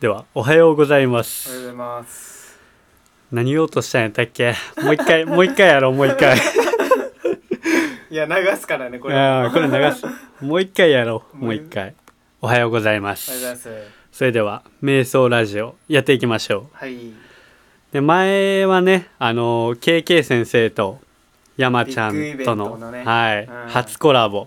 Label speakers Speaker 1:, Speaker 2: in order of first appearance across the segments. Speaker 1: ではおはようございま
Speaker 2: おはよう
Speaker 1: す
Speaker 2: ございます。
Speaker 1: 何言おうとしたんやったっけもう一回 もう一回やろうもう一回
Speaker 2: いや、流すからね、これ。おはよ
Speaker 1: あーこれ流すもう一回やろうもう一回おはようございま
Speaker 2: うございますす。
Speaker 1: それでは瞑想ラジオやっていきましょ
Speaker 2: はい。
Speaker 1: うで前はねあの KK 先生と山ちゃん
Speaker 2: ビッグイベン
Speaker 1: と
Speaker 2: ト
Speaker 1: の
Speaker 2: のね
Speaker 1: はい
Speaker 2: うん
Speaker 1: 初コラボ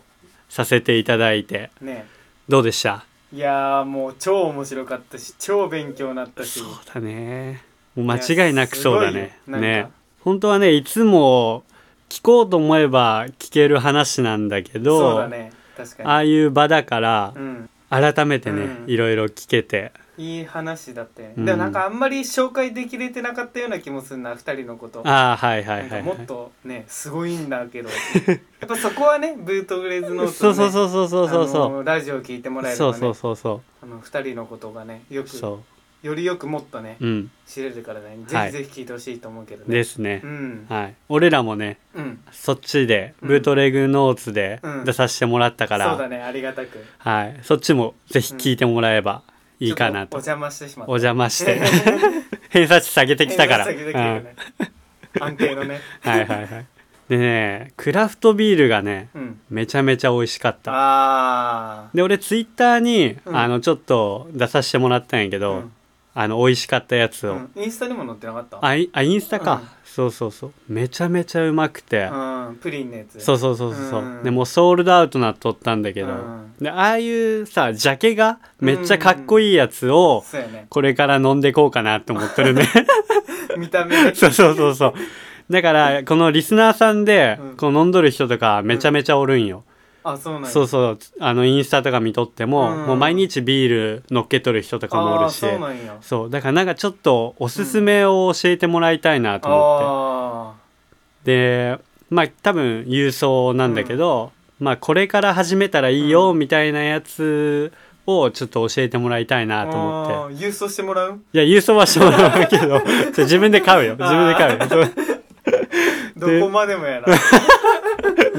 Speaker 1: させていただいて
Speaker 2: ね。
Speaker 1: どうでした
Speaker 2: いやー、もう超面白かったし、超勉強になったし。
Speaker 1: そうだねもう間違いなくそうだね
Speaker 2: すごいよなん
Speaker 1: ね
Speaker 2: か
Speaker 1: 本当はねいつも聞こうと思えば聞ける話なんだけど
Speaker 2: そうだね。確
Speaker 1: あ
Speaker 2: か
Speaker 1: あいう場だから
Speaker 2: に。うん。
Speaker 1: 改めてね、
Speaker 2: うん
Speaker 1: いろいろ聞けて
Speaker 2: いい話だったよね。
Speaker 1: うん
Speaker 2: でもなんかあんまり紹介できれてなかったような気もするな、二人のこと。
Speaker 1: ああはいはい
Speaker 2: なん
Speaker 1: は
Speaker 2: か
Speaker 1: い、
Speaker 2: も
Speaker 1: は
Speaker 2: っとね、すごいんだけど。 やっぱそこはね、ブートグレーズノートの
Speaker 1: い、
Speaker 2: ね。
Speaker 1: そうそうそうそうそうそう
Speaker 2: あ
Speaker 1: そ
Speaker 2: のーラジオ聞いても
Speaker 1: う、
Speaker 2: らえれ
Speaker 1: そ
Speaker 2: ばね
Speaker 1: うそうそうそ
Speaker 2: あの二人のことがねよ
Speaker 1: う
Speaker 2: く
Speaker 1: そ
Speaker 2: よりよくもっとね
Speaker 1: ううん
Speaker 2: 知れるからね
Speaker 1: は
Speaker 2: ぜ
Speaker 1: い
Speaker 2: ひぜひ聞いてほしいと思うけどね、
Speaker 1: ですね
Speaker 2: う、ん
Speaker 1: はい俺らもね
Speaker 2: うん
Speaker 1: そっちで
Speaker 2: うん
Speaker 1: ブートレグノーツで
Speaker 2: うん
Speaker 1: 出させてもらった
Speaker 2: そ
Speaker 1: か
Speaker 2: う
Speaker 1: ら、
Speaker 2: だねありがたく
Speaker 1: はい、そっちもぜひ聞いてもらえばいいかな
Speaker 2: ちょ
Speaker 1: と
Speaker 2: っお邪魔してしまった
Speaker 1: お邪魔して偏差値下げてきたから、
Speaker 2: 偏差値できてるよね安定のね
Speaker 1: うんはいはいはいでねクラフトビールがね
Speaker 2: うん
Speaker 1: めちゃめちゃ美味しかった
Speaker 2: ああ
Speaker 1: で俺ツイッターに、
Speaker 2: うん
Speaker 1: あのちょっと出させてもらったんやけど、あの美味しかったやつを、
Speaker 2: インスタにも載ってなかった
Speaker 1: あいあインスタか、
Speaker 2: うん
Speaker 1: そうそうそうめちゃめちゃうまくて、
Speaker 2: うんプリンのやつ
Speaker 1: そううそうそうそうそう、
Speaker 2: うん
Speaker 1: でもうソールドアウトなっとったんだけど、
Speaker 2: うん
Speaker 1: でああいうさジャケがめっちゃかっこいいやつを、
Speaker 2: そうやね
Speaker 1: これから飲んでいこうかなと思ってるね。
Speaker 2: 見た目 で
Speaker 1: そうそうそうそう。だから、このリスナーさんで
Speaker 2: う、ん
Speaker 1: こう飲んどる人とかめちゃめちゃおるんよ。
Speaker 2: あそうなんや
Speaker 1: そうそう。あの、インスタとか見とっても、
Speaker 2: うん
Speaker 1: もう毎日ビール乗っけとる人とかもお
Speaker 2: あ
Speaker 1: る
Speaker 2: あ
Speaker 1: し。
Speaker 2: そうなんや
Speaker 1: そう。だからなんかちょっとおすすめを教えてもらいたいなと思っ
Speaker 2: あ
Speaker 1: て。で、まあ多分郵送なんだけど、まあこれから始めたらいいよみたいなやつをちょっと教えてもらいたい
Speaker 2: あ
Speaker 1: なと思って。
Speaker 2: て郵送してもらう
Speaker 1: いや、郵送はしてもらわないけ ど、ちょ自分で買うよ。
Speaker 2: あー
Speaker 1: 自分で買うよそう。
Speaker 2: どこまでもやな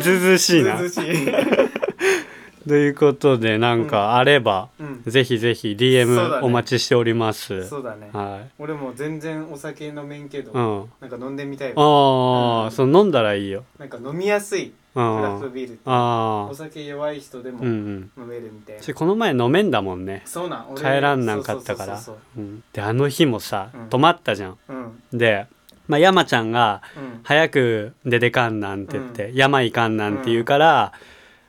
Speaker 1: ずうずうしいな
Speaker 2: ず。うずうし い
Speaker 1: ということで、なんかあれば、
Speaker 2: うん
Speaker 1: ぜひぜひ
Speaker 2: そうだ
Speaker 1: DM
Speaker 2: ね
Speaker 1: お待ちしております。
Speaker 2: そうだね
Speaker 1: はい。
Speaker 2: 俺も全然お酒飲めんけど、
Speaker 1: うん。
Speaker 2: なんか飲んでみたいわ
Speaker 1: あ
Speaker 2: う
Speaker 1: あ、
Speaker 2: ん
Speaker 1: そう、飲んだらいいよ。
Speaker 2: なんか飲みやすい
Speaker 1: うん。
Speaker 2: クラフト
Speaker 1: あ
Speaker 2: ビールって
Speaker 1: あ
Speaker 2: お。酒弱い人でも
Speaker 1: うんう
Speaker 2: 飲
Speaker 1: ん。
Speaker 2: めるみたいな、
Speaker 1: それこの前飲めんだもんね。
Speaker 2: そうなん
Speaker 1: 帰らんなんかったから
Speaker 2: そうそう。
Speaker 1: うんで、あの日もさ
Speaker 2: う、ん
Speaker 1: 泊まったじゃん。
Speaker 2: そうそううん
Speaker 1: で、まあ、山ちゃんが、
Speaker 2: うん
Speaker 1: 早く出てかんなんて言って、山行かんなんて言うから、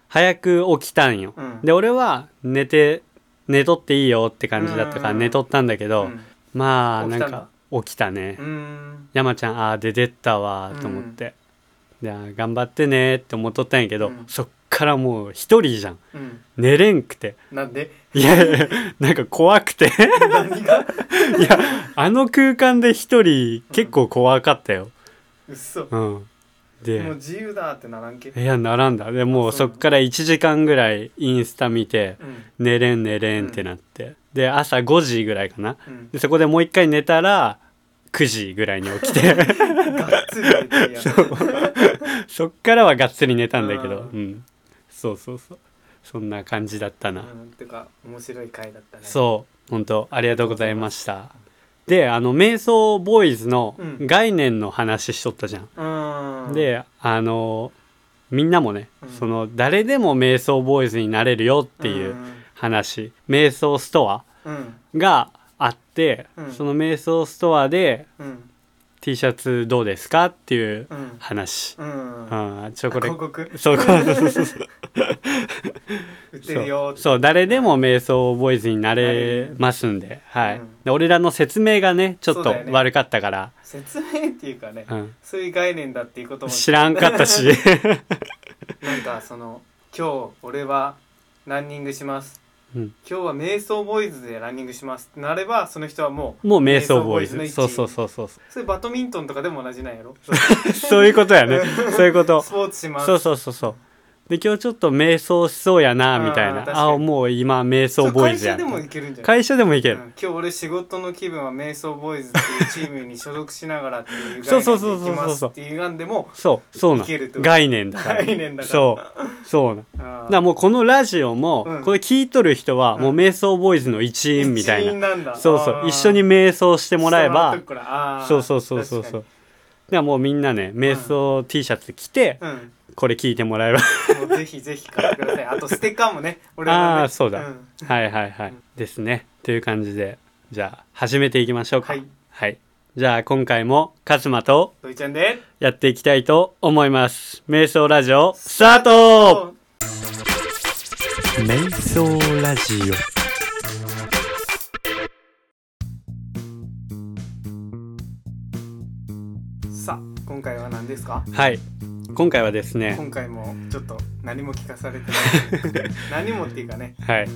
Speaker 1: 早く起きたんよ、
Speaker 2: うん
Speaker 1: で俺は寝て寝とっていいよって感じだったか
Speaker 2: うん
Speaker 1: ら
Speaker 2: うん
Speaker 1: 寝とったんだけど、
Speaker 2: うん
Speaker 1: まあ
Speaker 2: 起
Speaker 1: な
Speaker 2: き
Speaker 1: ん
Speaker 2: たんだ
Speaker 1: か起きたね、
Speaker 2: うん
Speaker 1: 山ちゃんああ出てったわと思って、であー頑張ってねって思っとったんやけど、
Speaker 2: うん
Speaker 1: そっからもう一人じゃん
Speaker 2: うん
Speaker 1: 寝れんくて
Speaker 2: なんで
Speaker 1: いやいやなんか怖く て
Speaker 2: 何が
Speaker 1: いやあの空間で一人結構怖かったよ、
Speaker 2: 嘘
Speaker 1: うんで
Speaker 2: もう自由だってならんけ
Speaker 1: いや並んだでもう
Speaker 2: あそ
Speaker 1: そうっから1時間ぐらいインスタ見て
Speaker 2: うん
Speaker 1: 寝れん寝れんってなって、で朝5時ぐらいかな
Speaker 2: うん
Speaker 1: でそこでもう一回寝たら9時ぐらいに起き て
Speaker 2: がっつり出てるやん
Speaker 1: そっからはがっつり寝たんだけど
Speaker 2: あー
Speaker 1: うんそうそうそうそんな感じだったな、
Speaker 2: うんてか面白い回だったね
Speaker 1: そう本当ありがとうございましたであの瞑想ボーイズの
Speaker 2: うん
Speaker 1: 概念の話しとったじゃん、
Speaker 2: うん
Speaker 1: であのみんなもね、
Speaker 2: うん
Speaker 1: その誰でも瞑想ボーイズになれるよっていう、話瞑想ストア
Speaker 2: うん
Speaker 1: があって、
Speaker 2: うん
Speaker 1: その瞑想ストアで
Speaker 2: うん
Speaker 1: T シャツどうですかっていう
Speaker 2: うん
Speaker 1: 話、
Speaker 2: うん
Speaker 1: う
Speaker 2: あ
Speaker 1: んちょこれ
Speaker 2: 広告
Speaker 1: そう そうそうそう
Speaker 2: 売っ
Speaker 1: そ
Speaker 2: てるよ
Speaker 1: うそう誰でも瞑想ボーイズになれますんで、はい、で俺らの説明がねちょっ
Speaker 2: そう
Speaker 1: と
Speaker 2: だよね
Speaker 1: 悪かったから
Speaker 2: 説明っていうかね
Speaker 1: う、
Speaker 2: そういう概念だっていうこと
Speaker 1: ん、
Speaker 2: も
Speaker 1: 知らんかった し
Speaker 2: なんかその今日俺はランニングします、
Speaker 1: うん
Speaker 2: 今日は瞑想ボーイズでランニングしますってなればその人はもう
Speaker 1: もう瞑想ボーイ
Speaker 2: 瞑
Speaker 1: ズ
Speaker 2: 想の一員
Speaker 1: そうそうそうそうそ
Speaker 2: それバドミントンとかでも同じなんやろ
Speaker 1: うそういうことやねそういうこと
Speaker 2: スポーツします
Speaker 1: そうそうそうそうで今日ちょっと瞑想しそうやな
Speaker 2: あー
Speaker 1: みたい
Speaker 2: 確か
Speaker 1: な
Speaker 2: に
Speaker 1: ああもう今瞑想ボーイズや
Speaker 2: 会社でもいけるんじゃない
Speaker 1: 会社でもいけ
Speaker 2: うん
Speaker 1: る、
Speaker 2: 今日俺仕事の気分は瞑想ボーイズっていうチームに所属しながらっていう概念で
Speaker 1: そうそうそう
Speaker 2: 行
Speaker 1: そうそう
Speaker 2: きますっていう案でも
Speaker 1: そうそうない
Speaker 2: けるってこ
Speaker 1: ん
Speaker 2: と
Speaker 1: 概念だから
Speaker 2: 概念だから
Speaker 1: そうそうなんだ
Speaker 2: あ
Speaker 1: か
Speaker 2: ー
Speaker 1: らもうこのラジオも、
Speaker 2: うん
Speaker 1: これ聞いとる人は
Speaker 2: うん
Speaker 1: もう瞑想ボーイズの一員みたい
Speaker 2: 一
Speaker 1: な、
Speaker 2: 員なんだ
Speaker 1: そうそう
Speaker 2: あー
Speaker 1: 一緒に瞑想してもらえば
Speaker 2: 人のとこからあー
Speaker 1: そうそうそうそうそうだ
Speaker 2: 確
Speaker 1: からもうみんなね瞑想 T シャツ着て、
Speaker 2: かに
Speaker 1: これ聞いてもらえば
Speaker 2: うんもうぜひぜひ買ってくださいあとステッカーもね俺のね
Speaker 1: あーそうだ
Speaker 2: ん
Speaker 1: はいはいはい、ですねという感じでじゃあ始めていきましょうか
Speaker 2: はい、
Speaker 1: はい、じゃあ今回もカズマと
Speaker 2: 土井ちゃんで
Speaker 1: やっていきたいと思います瞑想ラジオスタート瞑想ラジ
Speaker 2: さあ今回は何ですか
Speaker 1: オはい今回はですね
Speaker 2: 今回もちょっと何も聞かされて ない何もっていうかね
Speaker 1: はい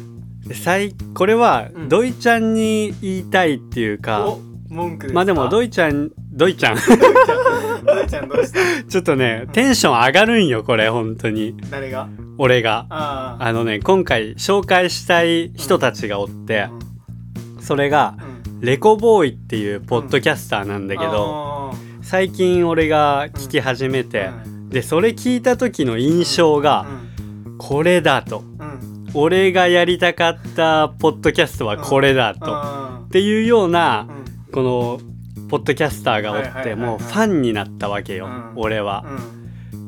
Speaker 1: 最これは
Speaker 2: うん
Speaker 1: ドイちゃんに言いたいっていうか
Speaker 2: お、文句ですか
Speaker 1: まあでもド
Speaker 2: イ
Speaker 1: イちゃんドイちゃん
Speaker 2: ドイちゃんどうした
Speaker 1: ちょっとねテンション上がるんよこれ本当に
Speaker 2: 誰が
Speaker 1: 俺が
Speaker 2: ああ
Speaker 1: あのね今回紹介したい人たちがおって
Speaker 2: うん
Speaker 1: それが
Speaker 2: うん
Speaker 1: レコボーイっていうポッドキャスターなんだけど
Speaker 2: あ
Speaker 1: 最近俺が聞き始めて、
Speaker 2: ーうん
Speaker 1: でそれ聞いた時の印象がこれだと
Speaker 2: うんうん
Speaker 1: 俺がやりたかったポッドキャストはこれだと
Speaker 2: あ
Speaker 1: っていうような
Speaker 2: ーうん
Speaker 1: このポッドキャスターがお
Speaker 2: はいは
Speaker 1: っ
Speaker 2: いはい
Speaker 1: て
Speaker 2: はい
Speaker 1: もうファンになったわけよ
Speaker 2: うん
Speaker 1: 俺は。
Speaker 2: うん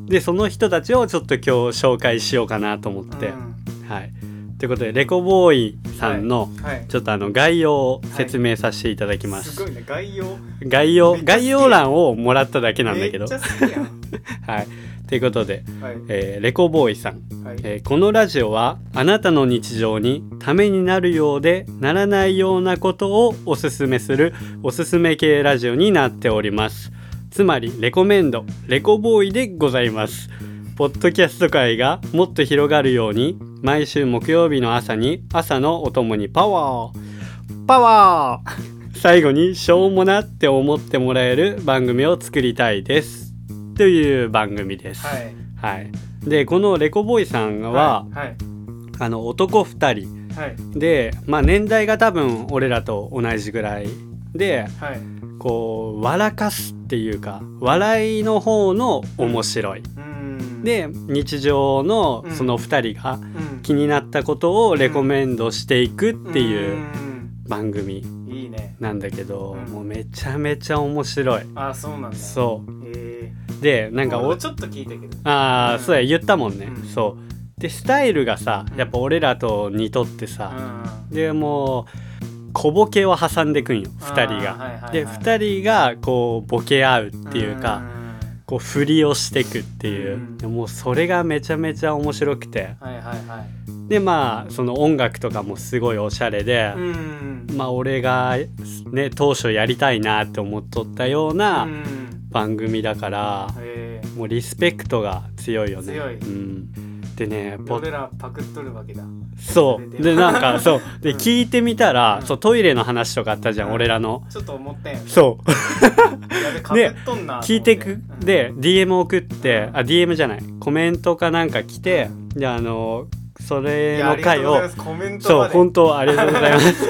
Speaker 1: でその人たちをちょっと今日紹介しようかなと思って
Speaker 2: う。ん
Speaker 1: はいということでレコボーイさんの
Speaker 2: はい
Speaker 1: ちょっとあの概要を説明させていただきます
Speaker 2: す。ごいね概要
Speaker 1: 概要
Speaker 2: めっちゃ好き
Speaker 1: 概要欄をもらっただけなんだけど
Speaker 2: めっちゃ好きやん
Speaker 1: はいということで、
Speaker 2: はい
Speaker 1: えーレコボーイさん、
Speaker 2: はい
Speaker 1: えーこのラジオはあなたの日常にためになるようでならないようなことをおすすめするおすすめ系ラジオになっておりますつまりレコメンドレコボーイでございますポッドキャスト界がもっと広がるように毎週木曜日の朝に朝のお供にパワーパワー最後にしょうもなって思ってもらえる番組を作りたいですという番組です、
Speaker 2: はい
Speaker 1: はい、でこのレコボーイさんは、
Speaker 2: はい
Speaker 1: あの男2人
Speaker 2: はい
Speaker 1: で、まあ、年代が多分俺らと同じぐらいで
Speaker 2: はいはい
Speaker 1: こう笑かすっていうか笑いの方の面白い。
Speaker 2: うん
Speaker 1: で日常の
Speaker 2: うん
Speaker 1: その2人が
Speaker 2: うん
Speaker 1: 気になったことをレコメンドしていくっていう番組
Speaker 2: うんいいね
Speaker 1: なんだけど、
Speaker 2: うん
Speaker 1: もうめちゃめちゃ面白い。
Speaker 2: あそうなんだ
Speaker 1: そ
Speaker 2: え
Speaker 1: うでなんか
Speaker 2: 俺
Speaker 1: お
Speaker 2: もちょっと聞いたけど
Speaker 1: ああ、
Speaker 2: うん
Speaker 1: そうや言ったもんね、
Speaker 2: うん
Speaker 1: そうでスタイルがさやっぱ俺らと似とってさ、でもう小ボケを挟んでくんよ2人が、で
Speaker 2: っ
Speaker 1: 2人がこうボケ合うっていうか、こう振りをしてくっていう、
Speaker 2: うん
Speaker 1: でもうそれがめちゃめちゃ面白くて
Speaker 2: はいはいはい
Speaker 1: でまあその音楽とかもすごいおしゃれで、
Speaker 2: うん
Speaker 1: まあ俺がね当初やりたいなって思っとったような
Speaker 2: うん
Speaker 1: 番組だから、
Speaker 2: え
Speaker 1: もうリスペクトが強いよね。
Speaker 2: 強い
Speaker 1: うん、でね
Speaker 2: ー
Speaker 1: ポ
Speaker 2: 俺らパクっとるわけだ
Speaker 1: そうでなんか そうで
Speaker 2: うん
Speaker 1: 聞いてみたら、
Speaker 2: うん
Speaker 1: そうトイレの話とかあったじゃん、
Speaker 2: うん
Speaker 1: 俺らの。
Speaker 2: ちょっと思ったんやね
Speaker 1: そう
Speaker 2: やべかぶっとんなと思って
Speaker 1: 聞いてく
Speaker 2: うん
Speaker 1: で DM 送って、
Speaker 2: うん
Speaker 1: あ DM じゃないコメントかなんか来て、
Speaker 2: う
Speaker 1: であのそ
Speaker 2: い
Speaker 1: れ
Speaker 2: やあ
Speaker 1: の
Speaker 2: りがと
Speaker 1: 回
Speaker 2: うござい
Speaker 1: を
Speaker 2: ますコメント
Speaker 1: そ
Speaker 2: ま
Speaker 1: う
Speaker 2: で
Speaker 1: 本当ありがとうございます、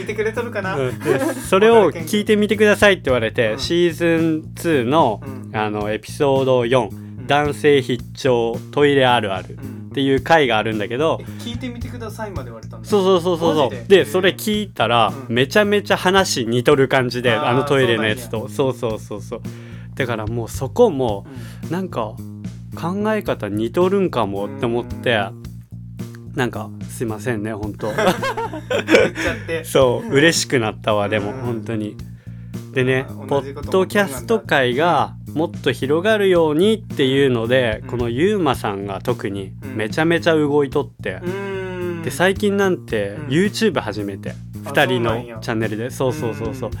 Speaker 2: 聞いてくれとるかな
Speaker 1: うんでそれを聞いてみてくださいって言われて、
Speaker 2: うん
Speaker 1: シーズン2の
Speaker 2: うん
Speaker 1: あのエピソード4
Speaker 2: う
Speaker 1: 「
Speaker 2: ん
Speaker 1: 男性必聴トイレあるある」
Speaker 2: う
Speaker 1: っ
Speaker 2: ん
Speaker 1: ていう回があるんだけど
Speaker 2: え聞いてみてくださいまで言われたんだ
Speaker 1: そうそうそうそうそう
Speaker 2: マジ
Speaker 1: で
Speaker 2: でへー
Speaker 1: それ聞いたら、
Speaker 2: うん
Speaker 1: めちゃめちゃ話似とる感じで
Speaker 2: あー
Speaker 1: あのトイレのやつとそうそうそうそうだからもうそこも
Speaker 2: う
Speaker 1: なんか考え方似とるんかもって思ってなんかすいませんね本 当
Speaker 2: ん言っちゃって
Speaker 1: そう嬉しくなったわでも
Speaker 2: うん
Speaker 1: 本当にでね
Speaker 2: あー
Speaker 1: ポ
Speaker 2: 同じ
Speaker 1: ッ
Speaker 2: こと
Speaker 1: ドキャスト界がもっと広がるようにっていうので、
Speaker 2: うん
Speaker 1: このユーマさんが特に
Speaker 2: うん
Speaker 1: めちゃめちゃ動いとって、
Speaker 2: うーん
Speaker 1: で最近なんて
Speaker 2: うん
Speaker 1: YouTube 始めて、2人
Speaker 2: そうなんや
Speaker 1: のチャンネルでそうそうそうそう、
Speaker 2: うん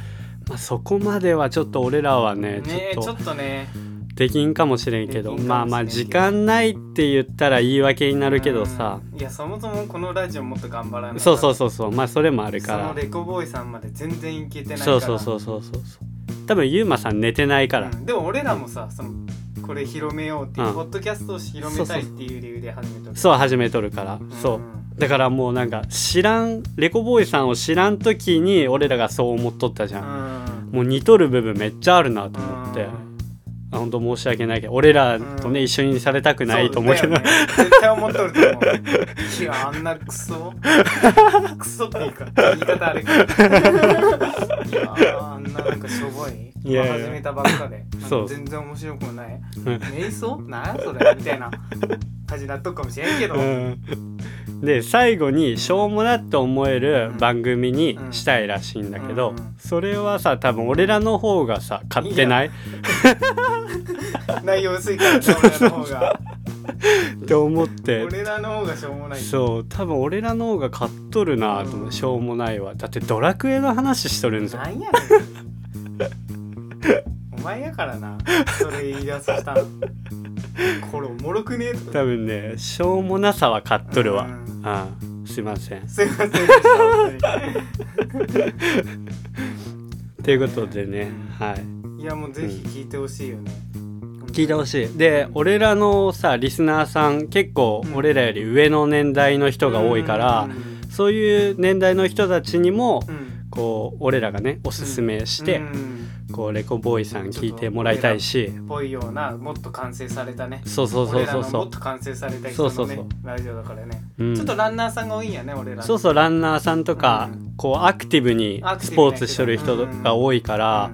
Speaker 1: まあ、そこまではちょっと俺らはね
Speaker 2: ね
Speaker 1: ちょ
Speaker 2: ちょ
Speaker 1: っと
Speaker 2: っとね
Speaker 1: できんかもしれんけど
Speaker 2: できんかもしれんけど
Speaker 1: まあまあ時間ないって言ったら言い訳になるけどさ、
Speaker 2: うんいやそもそもこのラジオもっと頑張らない
Speaker 1: そうそう
Speaker 2: そ
Speaker 1: そうそうまあそれもあるか
Speaker 2: そ
Speaker 1: ら
Speaker 2: のレコボーイさんまで全然いけてないから
Speaker 1: そうそうそうそうそうそう多分ゆうまさん寝てないから、
Speaker 2: うんでも俺らもさそのこれ広めようっていう、
Speaker 1: うん
Speaker 2: ポッドキャストを広めたいっていう理由で始めた
Speaker 1: そう始めとるから、そうだからもうなんか知らんレコボーイさんを知らん時に俺らがそう思っとったじ
Speaker 2: う
Speaker 1: ゃん、
Speaker 2: ん
Speaker 1: もう似とる部分めっちゃあるなと思って、
Speaker 2: うん
Speaker 1: あ本当申し訳ないけど俺らとね、
Speaker 2: うん
Speaker 1: 一緒にされたくないと思うけ
Speaker 2: そ
Speaker 1: ど
Speaker 2: だよね絶対思っとると思ういやあんなクソクソっていうか言い方あれかいやあんななんかしょぼい
Speaker 1: いやいや
Speaker 2: 始めたばっかでなんか
Speaker 1: そう
Speaker 2: 全然面白くもない
Speaker 1: ん
Speaker 2: 瞑想なんやそれみたいな感じになっとくかもしれんけど、
Speaker 1: うんで最後にしょうもなって思える番組にしたいらしいんだけど、
Speaker 2: うんうん
Speaker 1: それはさ多分俺らの方がさ勝ってない
Speaker 2: 内容薄いからね俺らの方 が
Speaker 1: って思って
Speaker 2: 俺らの方がしょうもない
Speaker 1: そう多分俺らの方が勝っとるなと思
Speaker 2: う
Speaker 1: うんしょうもないわだってドラクエの話しとるん
Speaker 2: な
Speaker 1: だよ
Speaker 2: んやねんお前やからなそれ言い出したのこれおもろくねえと
Speaker 1: 多分ねしょうもなさは勝っとるわ、
Speaker 2: う
Speaker 1: うんん、すいません
Speaker 2: すいませんでした本
Speaker 1: ということでねはい
Speaker 2: 当にいやもうぜひ聞いてほしいよね
Speaker 1: 聞いてほしいで俺らのさリスナーさん結構俺らより上の年代の人が多いから、
Speaker 2: うん
Speaker 1: そういう年代の人たちにも、
Speaker 2: うん
Speaker 1: こう俺らがねおすすめして、
Speaker 2: うん
Speaker 1: こうレコボーイさん聞いてもらいたいし
Speaker 2: ぽいようなもっと完成されたね
Speaker 1: そうそうそうそう
Speaker 2: 俺らの
Speaker 1: そ
Speaker 2: もっ
Speaker 1: う
Speaker 2: と完成された人
Speaker 1: そ
Speaker 2: の
Speaker 1: うそう
Speaker 2: ね
Speaker 1: そう
Speaker 2: ラジオだからね
Speaker 1: うん
Speaker 2: ちょっとランナーさんが多いんやね俺らの
Speaker 1: そうそうランナーさんとか、
Speaker 2: うん
Speaker 1: こうアクティブに
Speaker 2: アクティブな人
Speaker 1: スポーツしとる人が多いから、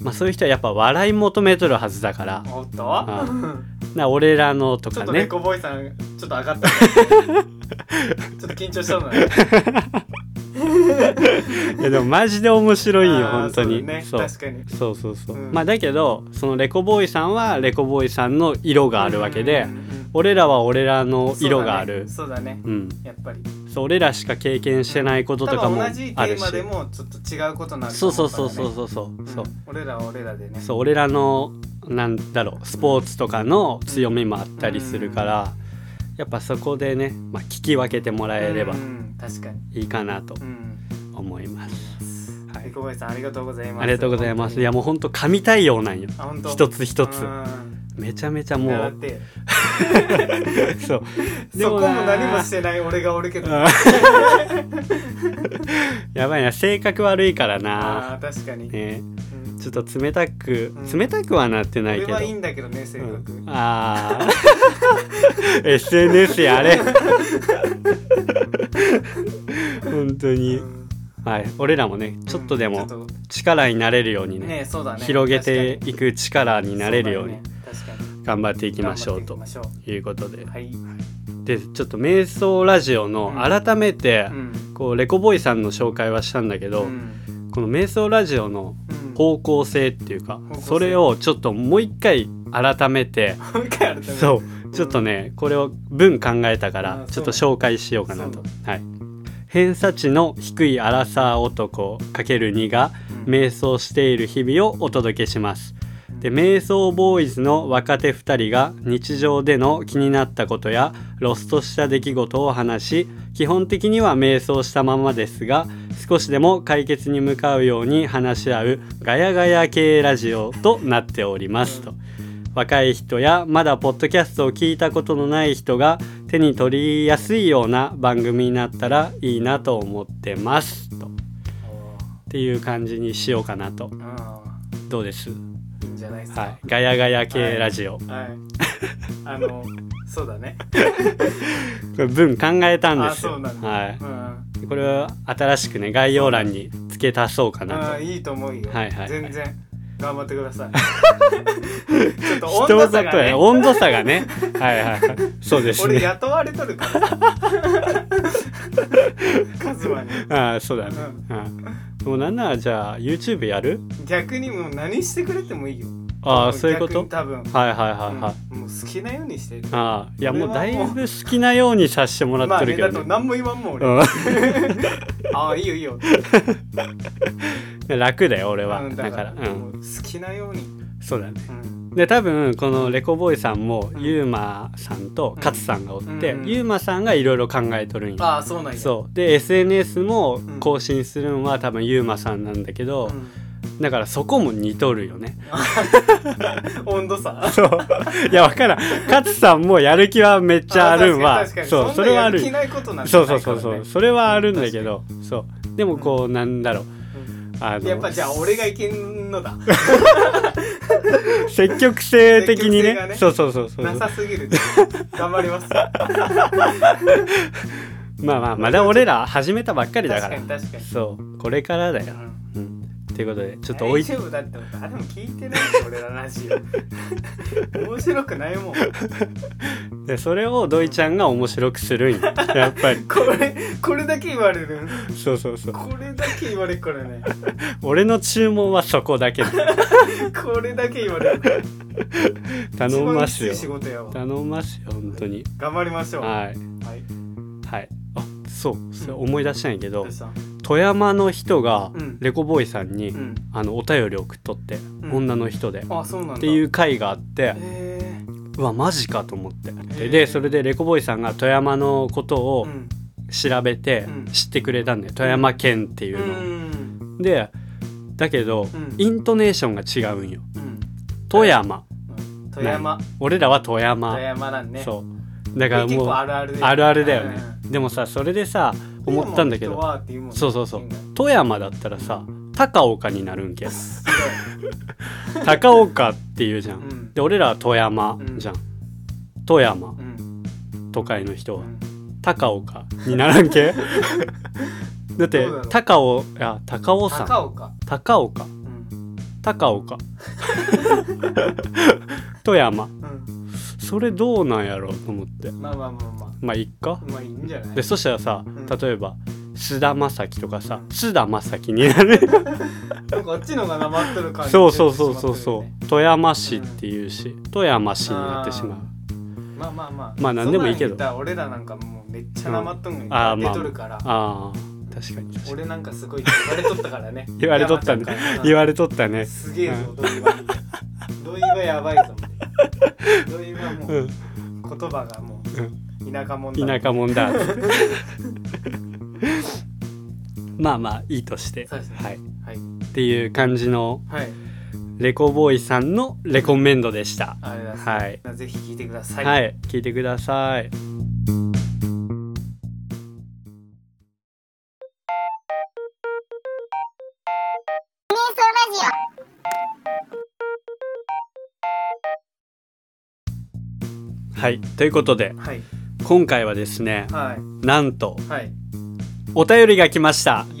Speaker 1: まあ、そういう人はやっぱ笑い求めとるはずだから、
Speaker 2: うんおっと
Speaker 1: な俺らのと
Speaker 2: ちょ
Speaker 1: か
Speaker 2: っとね
Speaker 1: ね
Speaker 2: 猫ボーイさんちょっと上 がったねちょっと緊張したのね
Speaker 1: いやでもマジで面白いよ
Speaker 2: あー
Speaker 1: 本当に
Speaker 2: そうだね
Speaker 1: そう
Speaker 2: 確かに
Speaker 1: そうそうそう、
Speaker 2: うん
Speaker 1: まあだけどそのレコボーイさんはレコボーイさんの色があるわけで、
Speaker 2: うんうんうん
Speaker 1: 俺らは俺らの色がある
Speaker 2: そうだねそう
Speaker 1: う
Speaker 2: だね
Speaker 1: ん、
Speaker 2: やっぱり
Speaker 1: そう俺らしか経験してないこととかも
Speaker 2: 多
Speaker 1: ある
Speaker 2: 分同じ
Speaker 1: し
Speaker 2: テーマでもちょっと違うことになると
Speaker 1: そうそ
Speaker 2: 思
Speaker 1: うそうそう
Speaker 2: うか
Speaker 1: そうそうそう
Speaker 2: らねうん俺らは俺らでね
Speaker 1: そう俺らのなんだろうスポーツとかの強みもあったりするから、やっぱそこでね、まあ、聞き分けてもらえれば
Speaker 2: うん確かに
Speaker 1: いいかなと
Speaker 2: うん
Speaker 1: 思います、はい
Speaker 2: 猫ボーイさんありがとうございます
Speaker 1: ありがとうございますいやもうほんと神対応なんよ
Speaker 2: あ本当
Speaker 1: 一つ一つ
Speaker 2: うん
Speaker 1: めちゃめちゃも
Speaker 2: だ
Speaker 1: う
Speaker 2: って
Speaker 1: そう
Speaker 2: そこも
Speaker 1: な
Speaker 2: 何もしてない俺がおるけど
Speaker 1: うんやばいな性格悪いからな
Speaker 2: あー確かに
Speaker 1: ね
Speaker 2: うん
Speaker 1: ちょっと冷たく
Speaker 2: うん
Speaker 1: 冷たくはなってないけど、
Speaker 2: 俺はいいんだけどね性格
Speaker 1: うんああ SNS やれ本当に、
Speaker 2: うん
Speaker 1: はい俺らもねちょっとで
Speaker 2: う
Speaker 1: も
Speaker 2: んちょっ
Speaker 1: 力になれるように
Speaker 2: と
Speaker 1: ね
Speaker 2: ねそうだね
Speaker 1: 広げていく力になれるように
Speaker 2: 確かにそうだね
Speaker 1: 頑張っていき
Speaker 2: 確かに
Speaker 1: ましょうと
Speaker 2: 頑張っていきましょ
Speaker 1: いうことで、
Speaker 2: うはい
Speaker 1: でちょっと瞑想ラジオの改めて、
Speaker 2: うん
Speaker 1: こうレコボーイさんの紹介はしたんだけど、
Speaker 2: うん
Speaker 1: この瞑想ラジオの
Speaker 2: うん
Speaker 1: 方向性っていうか、
Speaker 2: 向性
Speaker 1: それをちょっともう一回改めて、
Speaker 2: もう一回あると思
Speaker 1: そ
Speaker 2: う
Speaker 1: うちょっとねこれを文考えたか
Speaker 2: あ
Speaker 1: ら
Speaker 2: ー
Speaker 1: ちょっと
Speaker 2: そう
Speaker 1: 紹介しようかなと
Speaker 2: そ。
Speaker 1: はい偏差値の低いアラサー男 ×2 が
Speaker 2: うん
Speaker 1: 瞑想している日々をお届けします。で瞑想ボーイズの若手2人が日常での気になったことやロストした出来事を話し基本的には瞑想したままですが少しでも解決に向かうように話し合うガヤガヤ系ラジオとなっておりますと。若い人やまだポッドキャストを聞いたことのない人が手に取りやすいような番組になったらいいなと思ってますとっ
Speaker 2: お
Speaker 1: ていう感じにしようかなと
Speaker 2: ーあ
Speaker 1: どうです
Speaker 2: ーいいんじゃないですか
Speaker 1: はいガヤガヤ系ラジオ、
Speaker 2: はい あのそうだね
Speaker 1: これ文考えたんです
Speaker 2: あそ
Speaker 1: よ
Speaker 2: うなんだ
Speaker 1: は
Speaker 2: うん
Speaker 1: い、これは新しくね概要欄に付け足そうかなと
Speaker 2: あーいいと思うよ
Speaker 1: はいはいはい
Speaker 2: 全然頑張ってく ださいちょっと温
Speaker 1: 人
Speaker 2: 度差
Speaker 1: 里
Speaker 2: が
Speaker 1: や
Speaker 2: ね
Speaker 1: 温度差がねはいはいはいそうです
Speaker 2: 俺
Speaker 1: ね
Speaker 2: 雇われとるか らさカズマに
Speaker 1: ああそうだね、
Speaker 2: う
Speaker 1: うんもうなんならじゃあ YouTube やる
Speaker 2: 逆にもう何してくれてもいいよ
Speaker 1: ああそういうこ
Speaker 2: 逆
Speaker 1: と
Speaker 2: に多分、
Speaker 1: はいはいはいはい、
Speaker 2: うんもう好きなようにしてる
Speaker 1: ああいや
Speaker 2: 俺
Speaker 1: も
Speaker 2: は
Speaker 1: う
Speaker 2: もう
Speaker 1: だいぶ好きなようにさせてもら
Speaker 2: ま
Speaker 1: っ
Speaker 2: あ
Speaker 1: て
Speaker 2: ね
Speaker 1: るけ
Speaker 2: だ
Speaker 1: ど、
Speaker 2: と
Speaker 1: ね
Speaker 2: 何も言わんもん俺、ああいいよいいよ
Speaker 1: うん 楽だよ俺は、
Speaker 2: うん
Speaker 1: だからう
Speaker 2: も
Speaker 1: ん
Speaker 2: う好きなように、
Speaker 1: そうだね
Speaker 2: うん
Speaker 1: で多分このレコボーイさんも、
Speaker 2: うん
Speaker 1: ユーマさんと勝さんがおって、
Speaker 2: うん
Speaker 1: ユーマさんがいろいろ考えとるんや
Speaker 2: ああそうなんや
Speaker 1: そうで SNS も
Speaker 2: ん
Speaker 1: 更新するのは多分ユーマさんなんだけど、
Speaker 2: ん
Speaker 1: だからそこも似とるよね
Speaker 2: 温度差
Speaker 1: そう いやわからん勝さんもやる気はめっちゃあるんは
Speaker 2: 確かに確かに
Speaker 1: そうん
Speaker 2: な
Speaker 1: それはある
Speaker 2: や気ないことなんて
Speaker 1: そうそ
Speaker 2: な
Speaker 1: う
Speaker 2: いか
Speaker 1: そ
Speaker 2: ら
Speaker 1: う
Speaker 2: ね
Speaker 1: そうそれはあるんだけどそうでもこうなんだろうあの
Speaker 2: やっぱじゃあ俺がいけんのだ
Speaker 1: 積極性的に
Speaker 2: 積極性が
Speaker 1: ね
Speaker 2: ね
Speaker 1: そうそうそうそう
Speaker 2: なさすぎる頑張ります
Speaker 1: まあまあまだ俺ら始めたばっかりだから
Speaker 2: 確かに確かに
Speaker 1: そうこれからだよ
Speaker 2: うん
Speaker 1: うんということでちょっと置い
Speaker 2: 大丈夫だってことあでも聞いてないよ俺らラジオ面白くないもん
Speaker 1: でそれを土井ちゃんが面白くするんよやっぱり
Speaker 2: これこれだけ言われる
Speaker 1: そうそうそう
Speaker 2: これだけ言われるからね
Speaker 1: 俺の注文はそこだけだ
Speaker 2: これだけ言われる
Speaker 1: 頼みますよ
Speaker 2: 一番きつい仕事やわ
Speaker 1: 頼みますよ本当に
Speaker 2: 頑張りましょう
Speaker 1: はい
Speaker 2: はい
Speaker 1: はいあそうそれ思い出したんやけど、
Speaker 2: どうした
Speaker 1: 富山の人が
Speaker 2: うん
Speaker 1: レコボーイさんに、
Speaker 2: うん
Speaker 1: あのお便り送っとって、
Speaker 2: ん
Speaker 1: 女の人でっ
Speaker 2: あそうなんだ
Speaker 1: ていうう回があって
Speaker 2: え
Speaker 1: うわマジかと思ってで
Speaker 2: へー
Speaker 1: でそれでレコボーイさんが富山のことを
Speaker 2: うん
Speaker 1: 調べて
Speaker 2: うん
Speaker 1: 知ってくれたんだよ富山県っていううのを。
Speaker 2: ん
Speaker 1: でだけど、
Speaker 2: うん
Speaker 1: イントネーションが違うんよ
Speaker 2: うん
Speaker 1: 富山
Speaker 2: 富山
Speaker 1: 俺らは富山、
Speaker 2: 富山なんね
Speaker 1: そうだからも
Speaker 2: だ
Speaker 1: う
Speaker 2: 結構
Speaker 1: あ
Speaker 2: あるある
Speaker 1: るあるだよね、でもさそれでさ
Speaker 2: うん
Speaker 1: 思ったんだけ
Speaker 2: 富
Speaker 1: ど
Speaker 2: 山の人はっていうもんね
Speaker 1: そうそうそう
Speaker 2: みんな
Speaker 1: 富山だったらさ高岡になるんけ
Speaker 2: すご い
Speaker 1: 高岡っていうじゃん、
Speaker 2: うん
Speaker 1: で俺らは富山じゃん、富山
Speaker 2: うん
Speaker 1: 都会の人は
Speaker 2: うん
Speaker 1: 高岡にならん けだって
Speaker 2: どうだろう
Speaker 1: 高尾いや高尾山
Speaker 2: 高岡
Speaker 1: 高岡
Speaker 2: うん
Speaker 1: 高 岡富山
Speaker 2: うん
Speaker 1: それどうなんやろうと思って
Speaker 2: まあまあまあま
Speaker 1: まあいっか
Speaker 2: あまあいいんじゃない
Speaker 1: でそしたらさ
Speaker 2: ん
Speaker 1: 例えば菅田将暉とかさ
Speaker 2: うん
Speaker 1: 須田将暉になる
Speaker 2: なんかあっちのがなまってる感 じ
Speaker 1: そうそうそうそうそう富山市っ
Speaker 2: うん
Speaker 1: ていうし富山市になってしまう
Speaker 2: まあまあまあ
Speaker 1: まあ何でもいいけど
Speaker 2: そんなん言ったら俺らなんかもうめっちゃなまっとんのに
Speaker 1: んあー
Speaker 2: 出とるから、
Speaker 1: あー確かに確かに
Speaker 2: 俺なんかすごい言われとったからね
Speaker 1: 言われとったね
Speaker 2: 山ちゃんから
Speaker 1: 言われとったね
Speaker 2: すげえぞ土井は土井はやばいぞ土井はも
Speaker 1: う
Speaker 2: うん言葉がもう田舎もんだ
Speaker 1: 田舎もんだ っつってまあまあいいとして
Speaker 2: そうですね
Speaker 1: はい、
Speaker 2: はい
Speaker 1: っていう感じの
Speaker 2: はい
Speaker 1: レコボーイさんのレコメンドでした
Speaker 2: あれだ
Speaker 1: はい
Speaker 2: ぜひ聞いてくださ、
Speaker 1: はいい、聞いてくださいはいということで
Speaker 2: はい
Speaker 1: 今回はですね
Speaker 2: はい
Speaker 1: なんと
Speaker 2: はい
Speaker 1: お便りが来ました
Speaker 2: イ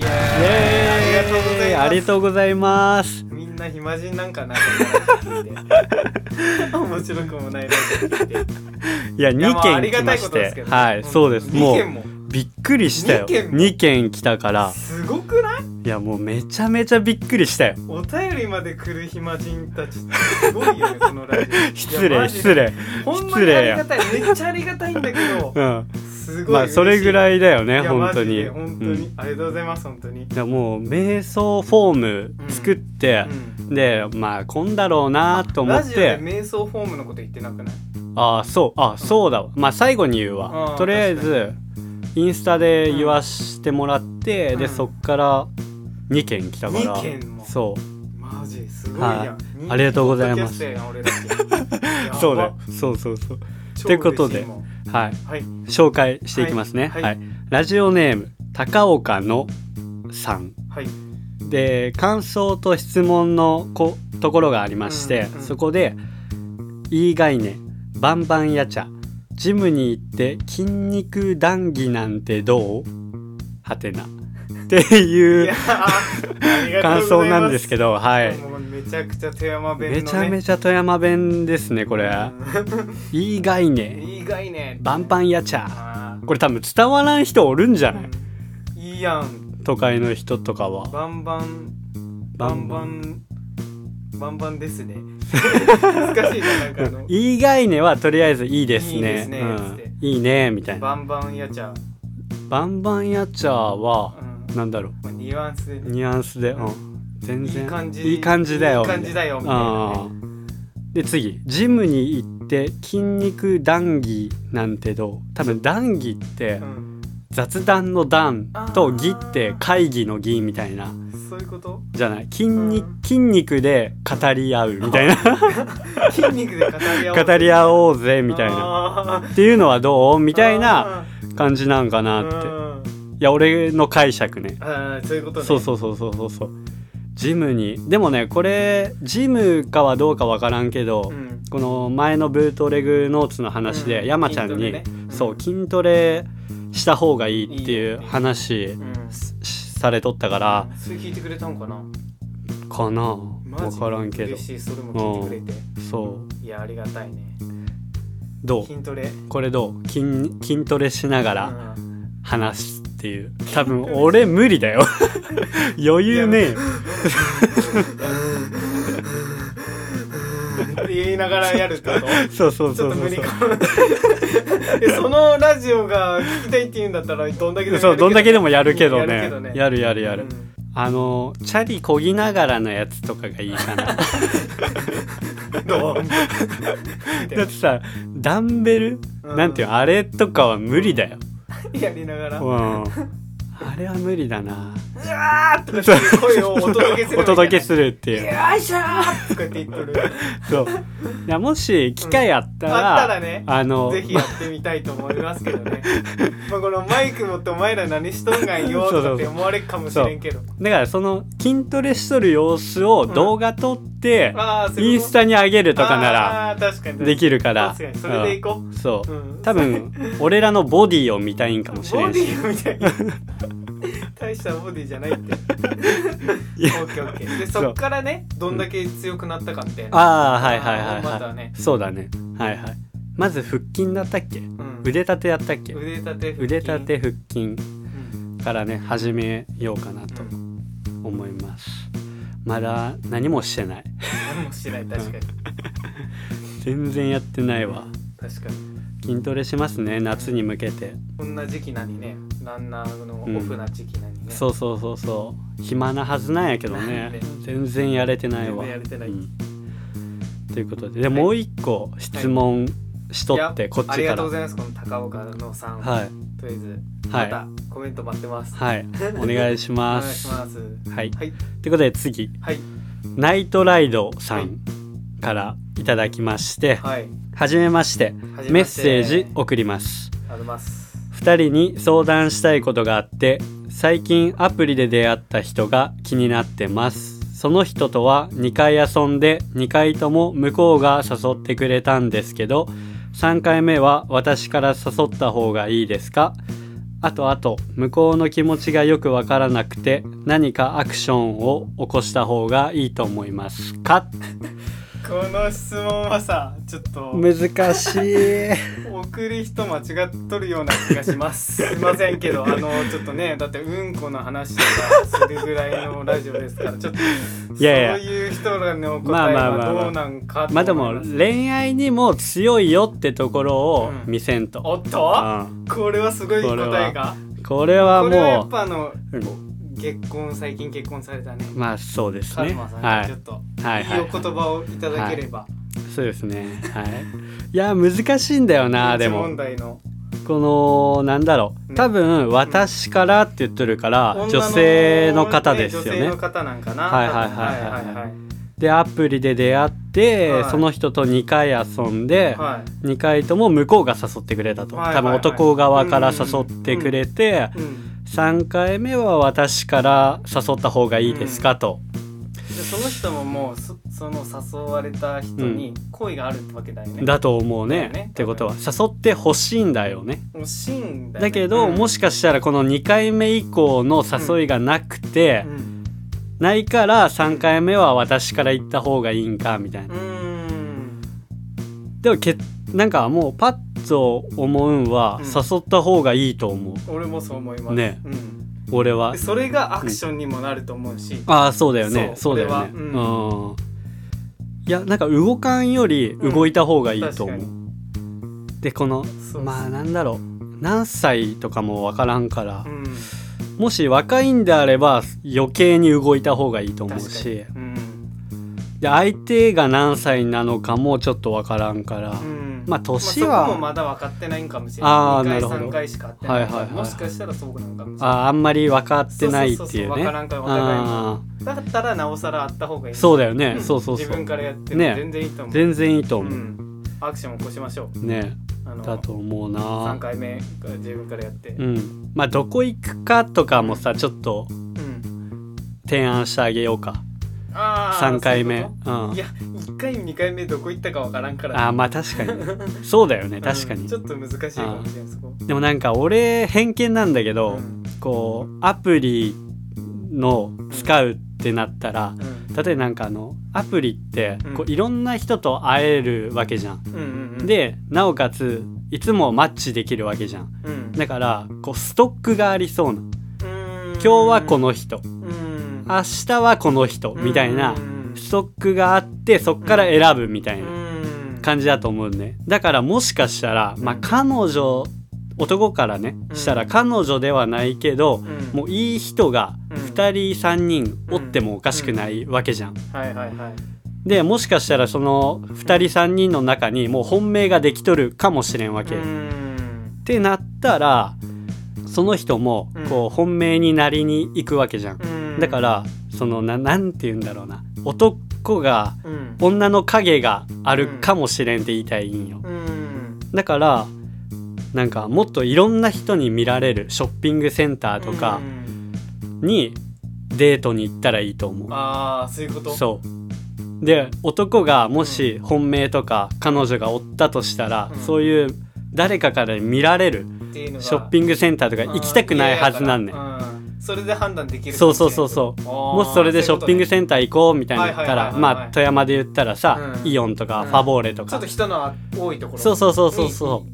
Speaker 1: イ
Speaker 2: エーイ
Speaker 1: エーイ
Speaker 2: ありがとうございます
Speaker 1: とうございます
Speaker 2: みんな暇人なんかなと思って聞いて 面白くもないラジオ聞いて
Speaker 1: いや
Speaker 2: いやま
Speaker 1: 2
Speaker 2: ああり
Speaker 1: 件来ま
Speaker 2: がたいこ
Speaker 1: し
Speaker 2: とで
Speaker 1: て
Speaker 2: すけどね
Speaker 1: はいそうです
Speaker 2: ん
Speaker 1: も
Speaker 2: 二
Speaker 1: う
Speaker 2: 件も
Speaker 1: びっくりしたよ
Speaker 2: 二件も
Speaker 1: 2件来たから
Speaker 2: すごくない
Speaker 1: いやもうめちゃめちゃびっくりしたよ
Speaker 2: お便りまで来る暇人たちってすごいよねこのラジオ
Speaker 1: 失礼失礼
Speaker 2: 礼ほんま
Speaker 1: 失
Speaker 2: に
Speaker 1: 礼
Speaker 2: あ
Speaker 1: や
Speaker 2: りがたいめっちゃありがたいんだけど
Speaker 1: うん
Speaker 2: すご い
Speaker 1: まあそれぐ
Speaker 2: い
Speaker 1: らいだよね
Speaker 2: いや
Speaker 1: 本
Speaker 2: マ
Speaker 1: 当
Speaker 2: ジ
Speaker 1: に
Speaker 2: で本当
Speaker 1: うん
Speaker 2: にありがとうございます本当に
Speaker 1: いやもう瞑想フォーム作って、でまあこんだろうなと
Speaker 2: うん
Speaker 1: 思
Speaker 2: ラ
Speaker 1: っ
Speaker 2: ジオで
Speaker 1: て
Speaker 2: 瞑想フォームのこと言ってなくない
Speaker 1: ああそうあそうだわまあ最後に言う
Speaker 2: う
Speaker 1: わ
Speaker 2: ん
Speaker 1: とりあえずインスタで言わしてもらって、
Speaker 2: うん
Speaker 1: でそっから2件来たから
Speaker 2: 二件も
Speaker 1: そう
Speaker 2: マジすごいや
Speaker 1: は
Speaker 2: ん
Speaker 1: ありがとうございます
Speaker 2: ポッドキャス トやん俺らって
Speaker 1: そうだ
Speaker 2: やば
Speaker 1: よそうそうそう
Speaker 2: 超
Speaker 1: ということで
Speaker 2: 嬉しいもん
Speaker 1: はい
Speaker 2: はい
Speaker 1: 紹介していきますねは、
Speaker 2: はいい
Speaker 1: ラジオネーム高岡のさん
Speaker 2: はい
Speaker 1: で感想と質問のこところがありまして、
Speaker 2: うんうん
Speaker 1: そこで「いい概念バンバンやちゃジムに行って筋肉談義なんてどう?」はてなって
Speaker 2: い
Speaker 1: い
Speaker 2: や
Speaker 1: う
Speaker 2: ーありが
Speaker 1: 感
Speaker 2: とうご
Speaker 1: 想
Speaker 2: ざいます
Speaker 1: なんですけどはい。
Speaker 2: もうめちゃくちゃ富山弁のね
Speaker 1: めちゃめちゃ富山弁ですねこれ、いい概
Speaker 2: うん
Speaker 1: 念
Speaker 2: いい概念
Speaker 1: バンバンやちゃ
Speaker 2: あ
Speaker 1: これ多分伝わらん人おるんじゃない、
Speaker 2: ーいいやん
Speaker 1: 都会の人とかは
Speaker 2: バンバン
Speaker 1: バ
Speaker 2: バ
Speaker 1: ン
Speaker 2: ン
Speaker 1: バ
Speaker 2: バ
Speaker 1: ン
Speaker 2: ンバンバンです ね難しいねなんかあの
Speaker 1: いい概念はとりあえずいいですね
Speaker 2: いいですね
Speaker 1: うん
Speaker 2: つって
Speaker 1: いいねみたいな
Speaker 2: バンバンやちゃ
Speaker 1: バンバンやチャーは
Speaker 2: う、ん
Speaker 1: なんだろ
Speaker 2: まあニュアンスで
Speaker 1: う
Speaker 2: ね
Speaker 1: ニュアンスで、うん
Speaker 2: う
Speaker 1: 全然
Speaker 2: いい感じ
Speaker 1: いい感じだよ
Speaker 2: いい感じだよみたいなね
Speaker 1: あーで次ジムに行って筋肉談義なんてどう多分談義って
Speaker 2: うん
Speaker 1: 雑談の談と
Speaker 2: あー
Speaker 1: 議って会議の議みたいな
Speaker 2: すそういうこと
Speaker 1: じゃない筋肉
Speaker 2: うん
Speaker 1: 筋肉で語り合うみ たいな
Speaker 2: 筋肉で語り合おう
Speaker 1: 語り合
Speaker 2: う
Speaker 1: おうぜみたいな
Speaker 2: な
Speaker 1: っていうのはどうみたいな感じなんかなっていや俺の解釈ね
Speaker 2: あーそういうことね
Speaker 1: そうそうそうそうそうそうジムにでもねこれジムかはどうかわからんけど、
Speaker 2: うん
Speaker 1: この前のブートレグノーツの話で、
Speaker 2: う
Speaker 1: 山ちゃん
Speaker 2: 筋
Speaker 1: に、
Speaker 2: トレねん
Speaker 1: そう筋トレした方がいいっていう話
Speaker 2: うん
Speaker 1: しされとったから
Speaker 2: それ聞いてくれたんかな
Speaker 1: かな
Speaker 2: マジ
Speaker 1: 分からんけど
Speaker 2: 嬉しいそれも聞いてくれて
Speaker 1: そう
Speaker 2: いやありがたいね
Speaker 1: ど
Speaker 2: 筋トレ
Speaker 1: うこれどう筋筋トレしながら
Speaker 2: うん
Speaker 1: 話すっていう多分俺無理だよ 余裕ねえよ
Speaker 2: って言いながらやるってこと
Speaker 1: そうそう
Speaker 2: ち
Speaker 1: そ
Speaker 2: ょっ
Speaker 1: う
Speaker 2: と
Speaker 1: そ
Speaker 2: 無
Speaker 1: う
Speaker 2: 理かも えそのラジオが聞きたいって言うんだったらどんだけでもやるけど
Speaker 1: そうどんだけでもやるけど
Speaker 2: やる
Speaker 1: ね
Speaker 2: けどね
Speaker 1: やるやるやる、
Speaker 2: うん
Speaker 1: あのチャリこぎながらのやつとかがいいかな だ
Speaker 2: どう
Speaker 1: ってさダンベル、
Speaker 2: うん
Speaker 1: なんていうのあれとかは無理だよ、
Speaker 2: やりながら
Speaker 1: うん、あれは無理だな
Speaker 2: う わーとかっていう声をお届けする
Speaker 1: お届け
Speaker 2: る
Speaker 1: するっていう
Speaker 2: よいしょーとかって言っとる
Speaker 1: そういやもし機会あったら,、
Speaker 2: あったらね
Speaker 1: あの
Speaker 2: ぜひやってみたいと思いますけど ねまあこのマイク持ってお前ら何しとんがんよとかって思われるかもしれんけど
Speaker 1: だからその筋トレしとる様子を動画撮って、
Speaker 2: ああ
Speaker 1: インスタに上げるとかなら
Speaker 2: あー確かに確かに
Speaker 1: できるから
Speaker 2: 確かにそれでいこう
Speaker 1: うんそう、
Speaker 2: うん
Speaker 1: 多分俺らのボディを見たいんかもしれ
Speaker 2: ボ
Speaker 1: ん
Speaker 2: デ
Speaker 1: し
Speaker 2: ィみたいな大したボディじゃないってオ
Speaker 1: いや
Speaker 2: ッケーオッケーで
Speaker 1: そう
Speaker 2: そっからねどんだけ強くなったかみたいな
Speaker 1: ああはいはいはいはい、
Speaker 2: またね
Speaker 1: そうだねはいはいまず腹筋だったっけ
Speaker 2: うん
Speaker 1: 腕立てやったっけ
Speaker 2: 腕立て
Speaker 1: 腕立て腹筋
Speaker 2: うん
Speaker 1: からね始めようかなと
Speaker 2: うん
Speaker 1: 思いますまだ何もしてない
Speaker 2: 何もしない確かに
Speaker 1: 全然やってないわ
Speaker 2: 確かに
Speaker 1: 筋トレしますね夏に向けて
Speaker 2: こんな時期なにねランナーのオフな時期なにね
Speaker 1: そうそうそうそう暇なはずなんやけどね
Speaker 2: ね
Speaker 1: 全然やれてないわ
Speaker 2: 全然やれてない
Speaker 1: うんということでで
Speaker 2: はい
Speaker 1: もう一個質問しとっ
Speaker 2: い
Speaker 1: て
Speaker 2: や
Speaker 1: こっち
Speaker 2: あり
Speaker 1: か
Speaker 2: がと
Speaker 1: ら
Speaker 2: うご
Speaker 1: は
Speaker 2: ざいますこの高岡のさん、
Speaker 1: い
Speaker 2: とりあえず
Speaker 1: は
Speaker 2: ま
Speaker 1: い
Speaker 2: たコメント待ってます、
Speaker 1: はいお願いし
Speaker 2: お願
Speaker 1: ま
Speaker 2: いし
Speaker 1: す
Speaker 2: ます
Speaker 1: はいとい
Speaker 2: はい、
Speaker 1: うことで次
Speaker 2: はい、
Speaker 1: ナイトライドさ
Speaker 2: はい
Speaker 1: んからいただきまして、
Speaker 2: はい、
Speaker 1: はじめまして、
Speaker 2: はじめまして
Speaker 1: メッセージ送ります。
Speaker 2: あります。
Speaker 1: 二人に相談したいことがあって、最近アプリで出会った人が気になってます。その人とは2回遊んで、2回とも向こうが誘ってくれたんですけど、3回目は私から誘った方がいいですかあとあと、向こうの気持ちがよくわからなくて、何かアクションを起こした方がいいと思いますか
Speaker 2: この質問はさ、ちょっと
Speaker 1: 難しい。
Speaker 2: 送る人間違っとるような気がし ます。すいませんけど、あのちょっとね、だってうんこの話とかするぐらいのラジオですから、ちょっと
Speaker 1: いやいや
Speaker 2: そういう人らの答え
Speaker 1: まあまあまあま
Speaker 2: は
Speaker 1: あ
Speaker 2: どうなんか と
Speaker 1: まあで
Speaker 2: 思い
Speaker 1: も
Speaker 2: す
Speaker 1: 恋愛にも強いよってところを
Speaker 2: うん
Speaker 1: 見せんと、
Speaker 2: おっと、
Speaker 1: うん
Speaker 2: これはすごい
Speaker 1: これは
Speaker 2: 答えが。
Speaker 1: これは
Speaker 2: これはや
Speaker 1: も
Speaker 2: っぱあの
Speaker 1: う、
Speaker 2: 結婚最近結婚されたね
Speaker 1: うんまあそうです
Speaker 2: カ
Speaker 1: ね
Speaker 2: ルマさんが
Speaker 1: は
Speaker 2: ちょっと、
Speaker 1: い、はいい
Speaker 2: い
Speaker 1: はい
Speaker 2: お言葉をいただければ、
Speaker 1: そうですねはいいや難しいんだよ なで
Speaker 2: 現地
Speaker 1: も
Speaker 2: 問題の
Speaker 1: このなんだろう
Speaker 2: ね
Speaker 1: 多分私からって言ってるから、
Speaker 2: 女の
Speaker 1: 女性の方ですよ
Speaker 2: 女
Speaker 1: ね
Speaker 2: 性の方なんかな
Speaker 1: はいはいはいはいでアプリで出会って、
Speaker 2: はい
Speaker 1: その人と2回遊んで、
Speaker 2: はい
Speaker 1: 2回とも向こうが誘ってくれたと、
Speaker 2: はいはい
Speaker 1: 多分
Speaker 2: はい
Speaker 1: 男側から誘ってくれて、
Speaker 2: うん、
Speaker 1: 3回目は私から誘った方がいいですかと、
Speaker 2: でその人ももうそその誘われた人に恋があるってわけだよね。
Speaker 1: だと思う
Speaker 2: だ
Speaker 1: ね
Speaker 2: よね
Speaker 1: ってことは誘ってほしいんだよね
Speaker 2: 惜しいんだよね、
Speaker 1: だけど、
Speaker 2: うん
Speaker 1: もしかしたらこの2回目以降の誘いがなくて
Speaker 2: う、ん
Speaker 1: ないから3回目は私から行った方がいいんかみたいな、
Speaker 2: うーん
Speaker 1: でもけなんかもうパッと思うんは、
Speaker 2: うん
Speaker 1: 誘った方がいいと思う
Speaker 2: 俺もそう思います。
Speaker 1: ね
Speaker 2: うん、
Speaker 1: 俺は
Speaker 2: でそれがアクションにもなると思うし、
Speaker 1: ああそうだよね
Speaker 2: そ
Speaker 1: そううだよね
Speaker 2: こ
Speaker 1: うん
Speaker 2: れは
Speaker 1: いやなんか動かんより動いた方がいいと思う、
Speaker 2: うん確
Speaker 1: でこの
Speaker 2: そう
Speaker 1: まあなんだろう何歳とかも分からんから
Speaker 2: う、ん、
Speaker 1: もし若いんであれば余計に動いた方がいいと思う
Speaker 2: 確かに
Speaker 1: し
Speaker 2: うん
Speaker 1: で相手が何歳なのかもちょっと分からんから、
Speaker 2: うん
Speaker 1: まあ年は
Speaker 2: まあ、そこもまだ分かってないんかもしれ
Speaker 1: あ
Speaker 2: な
Speaker 1: ーな
Speaker 2: い2回
Speaker 1: るほど
Speaker 2: 3回しか会ってない,、
Speaker 1: はいはいはい
Speaker 2: もしかしたらそうなんかもしれない
Speaker 1: ああんまり分かってないっ
Speaker 2: そう
Speaker 1: て
Speaker 2: そう
Speaker 1: い
Speaker 2: そ
Speaker 1: ね
Speaker 2: ううそう分からんからお互い
Speaker 1: あ
Speaker 2: だったらなおさらあった方がい
Speaker 1: ー
Speaker 2: い
Speaker 1: そうだよね、
Speaker 2: ん
Speaker 1: そうそうそ
Speaker 2: 自分
Speaker 1: う
Speaker 2: からやって
Speaker 1: ね
Speaker 2: も全然いいと思う、
Speaker 1: 全然いいと
Speaker 2: う
Speaker 1: 思う、
Speaker 2: ん、アクションを起こしましょう
Speaker 1: ね
Speaker 2: あの
Speaker 1: だと思う
Speaker 2: 3
Speaker 1: な
Speaker 2: 回目から自分からやって
Speaker 1: う、んまあどこ行くかとかもさちょっと
Speaker 2: うん
Speaker 1: 提案してあげようか
Speaker 2: あー
Speaker 1: 3回目
Speaker 2: そうういうんこといや1回2回目どこ行ったか分からんから
Speaker 1: あーまあ確かにね そうだよね確か
Speaker 2: う
Speaker 1: に
Speaker 2: んちょっと難しいかもしれんそこ
Speaker 1: でもなんか俺偏見なんだけど、
Speaker 2: うん
Speaker 1: こうアプリの使うってなったら
Speaker 2: うん
Speaker 1: 例えばなんかあのアプリって
Speaker 2: うん
Speaker 1: こういろんな人と会えるわけじゃん。
Speaker 2: うんうんうん、
Speaker 1: でなおかついつもマッチできるわけじゃん。
Speaker 2: うん、
Speaker 1: だからこうストックがありそうな
Speaker 2: 今
Speaker 1: 今日はこの人
Speaker 2: うん
Speaker 1: 明日はこの人みたいな
Speaker 2: うん
Speaker 1: ストックがあってそっから選ぶみたいな感じだと思うねだからもしかしたらまあ彼女男からね
Speaker 2: うん
Speaker 1: したら彼女ではないけど
Speaker 2: うん
Speaker 1: もういい人が
Speaker 2: うん
Speaker 1: 2人3人おってもおかしくないわけじゃん。
Speaker 2: はいはいはい
Speaker 1: でもしかしたらその2人3人の中にもう本命ができとるかもしれんわけ。
Speaker 2: う
Speaker 1: っ
Speaker 2: ん
Speaker 1: てなったらその人もこう本命になりに行くわけじゃん。
Speaker 2: うん
Speaker 1: だからそのななんて言うんだろうな男が
Speaker 2: うん
Speaker 1: 女の影があるかもしれんって言いたいんよ。
Speaker 2: うん
Speaker 1: だからなんかもっといろんな人に見られるショッピングセンターとか
Speaker 2: うん
Speaker 1: にデートに行ったらいいと思う。
Speaker 2: ああそういうこと
Speaker 1: そうで男がもし本命とか彼女がおったとしたら、
Speaker 2: うん
Speaker 1: そういう誰かから見られる
Speaker 2: っていうのが
Speaker 1: ショッピングセンターとか行きたくないはずなんね。
Speaker 2: うんんうんそれで判断できる
Speaker 1: そうそうそうそう
Speaker 2: う
Speaker 1: も
Speaker 2: も
Speaker 1: しそれでショッピングセンター行こうみたいに言った
Speaker 2: は
Speaker 1: ら
Speaker 2: いはいはいはいはい
Speaker 1: まあ富山で言ったらさ、
Speaker 2: うん
Speaker 1: イオンとか
Speaker 2: うん
Speaker 1: ファボーレと
Speaker 2: ちょ
Speaker 1: か
Speaker 2: っと人の多いところ
Speaker 1: そうそうそうそうそ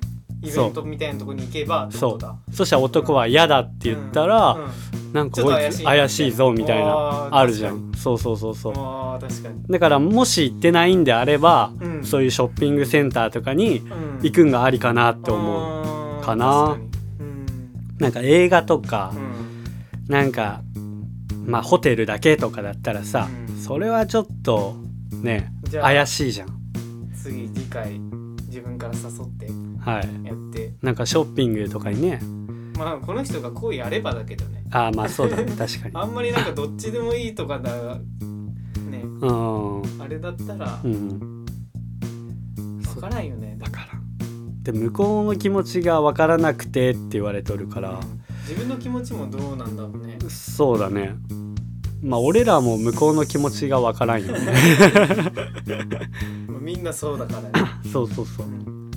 Speaker 2: にイベントみたいなところに行けばってことだ
Speaker 1: うそしたら男は嫌だって言ったら、
Speaker 2: うん
Speaker 1: なんか
Speaker 2: ちょっと
Speaker 1: こい
Speaker 2: 怪
Speaker 1: つ
Speaker 2: しい
Speaker 1: 怪しいぞみたいな
Speaker 2: あー
Speaker 1: あるじゃんそうそうそうそう
Speaker 2: ああ確かに
Speaker 1: だからもし行ってないんであれば、
Speaker 2: うん
Speaker 1: そういうショッピングセンターとかに
Speaker 2: うん
Speaker 1: 行くんがありかなって思う、
Speaker 2: 思
Speaker 1: かな
Speaker 2: うん
Speaker 1: なんか映画とか、
Speaker 2: うん
Speaker 1: なんかまあホテルだけとかだったらさ、
Speaker 2: うん
Speaker 1: それはちょっとね
Speaker 2: じゃあ
Speaker 1: 怪しいじゃん
Speaker 2: 次次回自分から誘って
Speaker 1: はい
Speaker 2: やって
Speaker 1: なんかショッピングとかにね
Speaker 2: まあこの人が好意あればだけどね
Speaker 1: ああまあそうだ ね確かに
Speaker 2: あんまりなんかどっちでもいいとかだね
Speaker 1: うんう
Speaker 2: あれだったら
Speaker 1: ん
Speaker 2: 分からんよね
Speaker 1: 分からんで向こうの気持ちが分からなくてって言われとるから、
Speaker 2: 自分の気持ちもどうなんだろうね
Speaker 1: そうだねまあ俺らも向こうの気持ちが分からんよね
Speaker 2: まあみんなそうだからね、
Speaker 1: そうそうそう
Speaker 2: うん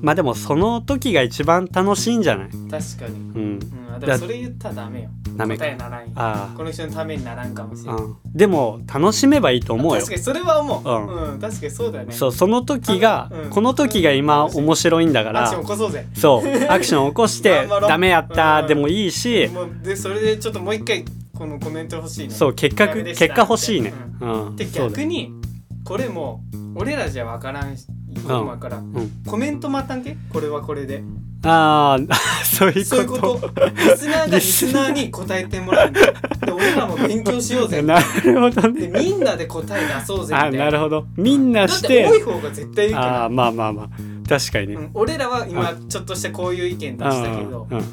Speaker 1: まあでもその時が一番楽しいんじゃない
Speaker 2: 確かに、
Speaker 1: うん
Speaker 2: うん、あで
Speaker 1: だ
Speaker 2: もそれ言ったらダメよ
Speaker 1: ダメか
Speaker 2: 答えならんよ
Speaker 1: あ
Speaker 2: この人のためにならんかもしれ
Speaker 1: あ、
Speaker 2: な
Speaker 1: う
Speaker 2: い
Speaker 1: ん、でも楽しめばいいと思うよ
Speaker 2: 確かにそれは思う、
Speaker 1: う
Speaker 2: うん確かにそうだよね
Speaker 1: そうその時が、
Speaker 2: うん
Speaker 1: この時が今面白いんだか
Speaker 2: アクション
Speaker 1: ら
Speaker 2: 起こそうぜ
Speaker 1: そうアクション起こして
Speaker 2: 頑張ろう
Speaker 1: ダメやった
Speaker 2: うん
Speaker 1: でもいいし、
Speaker 2: もうでそれでちょっともう一回このコメント欲しいね
Speaker 1: そう結果
Speaker 2: ダメでした
Speaker 1: 結果欲しいね
Speaker 2: うん
Speaker 1: うん、
Speaker 2: で
Speaker 1: そうだ
Speaker 2: 逆
Speaker 1: よ
Speaker 2: にこれも俺らじゃ分からんし
Speaker 1: ん
Speaker 2: 今から、
Speaker 1: ん
Speaker 2: コメント待たんけこれはこれで
Speaker 1: ああ そういうこと
Speaker 2: そういうことリス ナーがリスナーに答えてもらうんだよで俺らも勉強しよう ぜ
Speaker 1: なるほど
Speaker 2: で
Speaker 1: ね
Speaker 2: みんなで答え出そうぜみた
Speaker 1: あ
Speaker 2: いな
Speaker 1: なるほどみんな
Speaker 2: だっ
Speaker 1: してて
Speaker 2: 多い方が絶対いい
Speaker 1: あ
Speaker 2: か
Speaker 1: あまあまあまあ確かにね、
Speaker 2: ら、
Speaker 1: う
Speaker 2: うんん、俺らは今ちょっとしたこういう意見出したけど
Speaker 1: うんうん